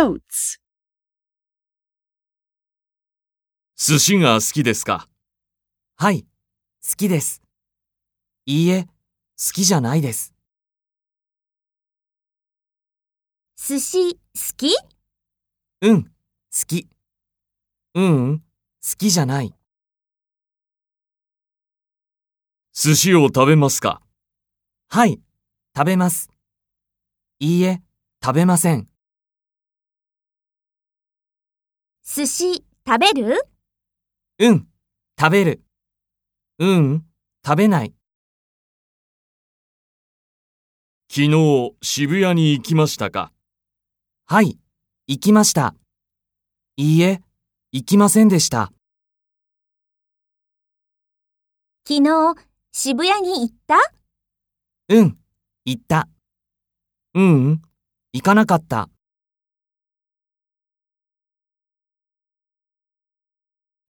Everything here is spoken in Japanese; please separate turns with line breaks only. Notes.
寿司が好きですか
はい、好きです。いいえ、好きじゃないです。
寿司好き
うん、好き。ううん、好きじゃない。
寿司を食べますか
はい、食べます。いいえ、食べません。
寿司食べる
うん、食べる。ううん、食べない。
昨日渋谷に行きましたか
はい、行きました。いいえ、行きませんでした。
昨日渋谷に行った
うん、行った。ううん、行かなかった。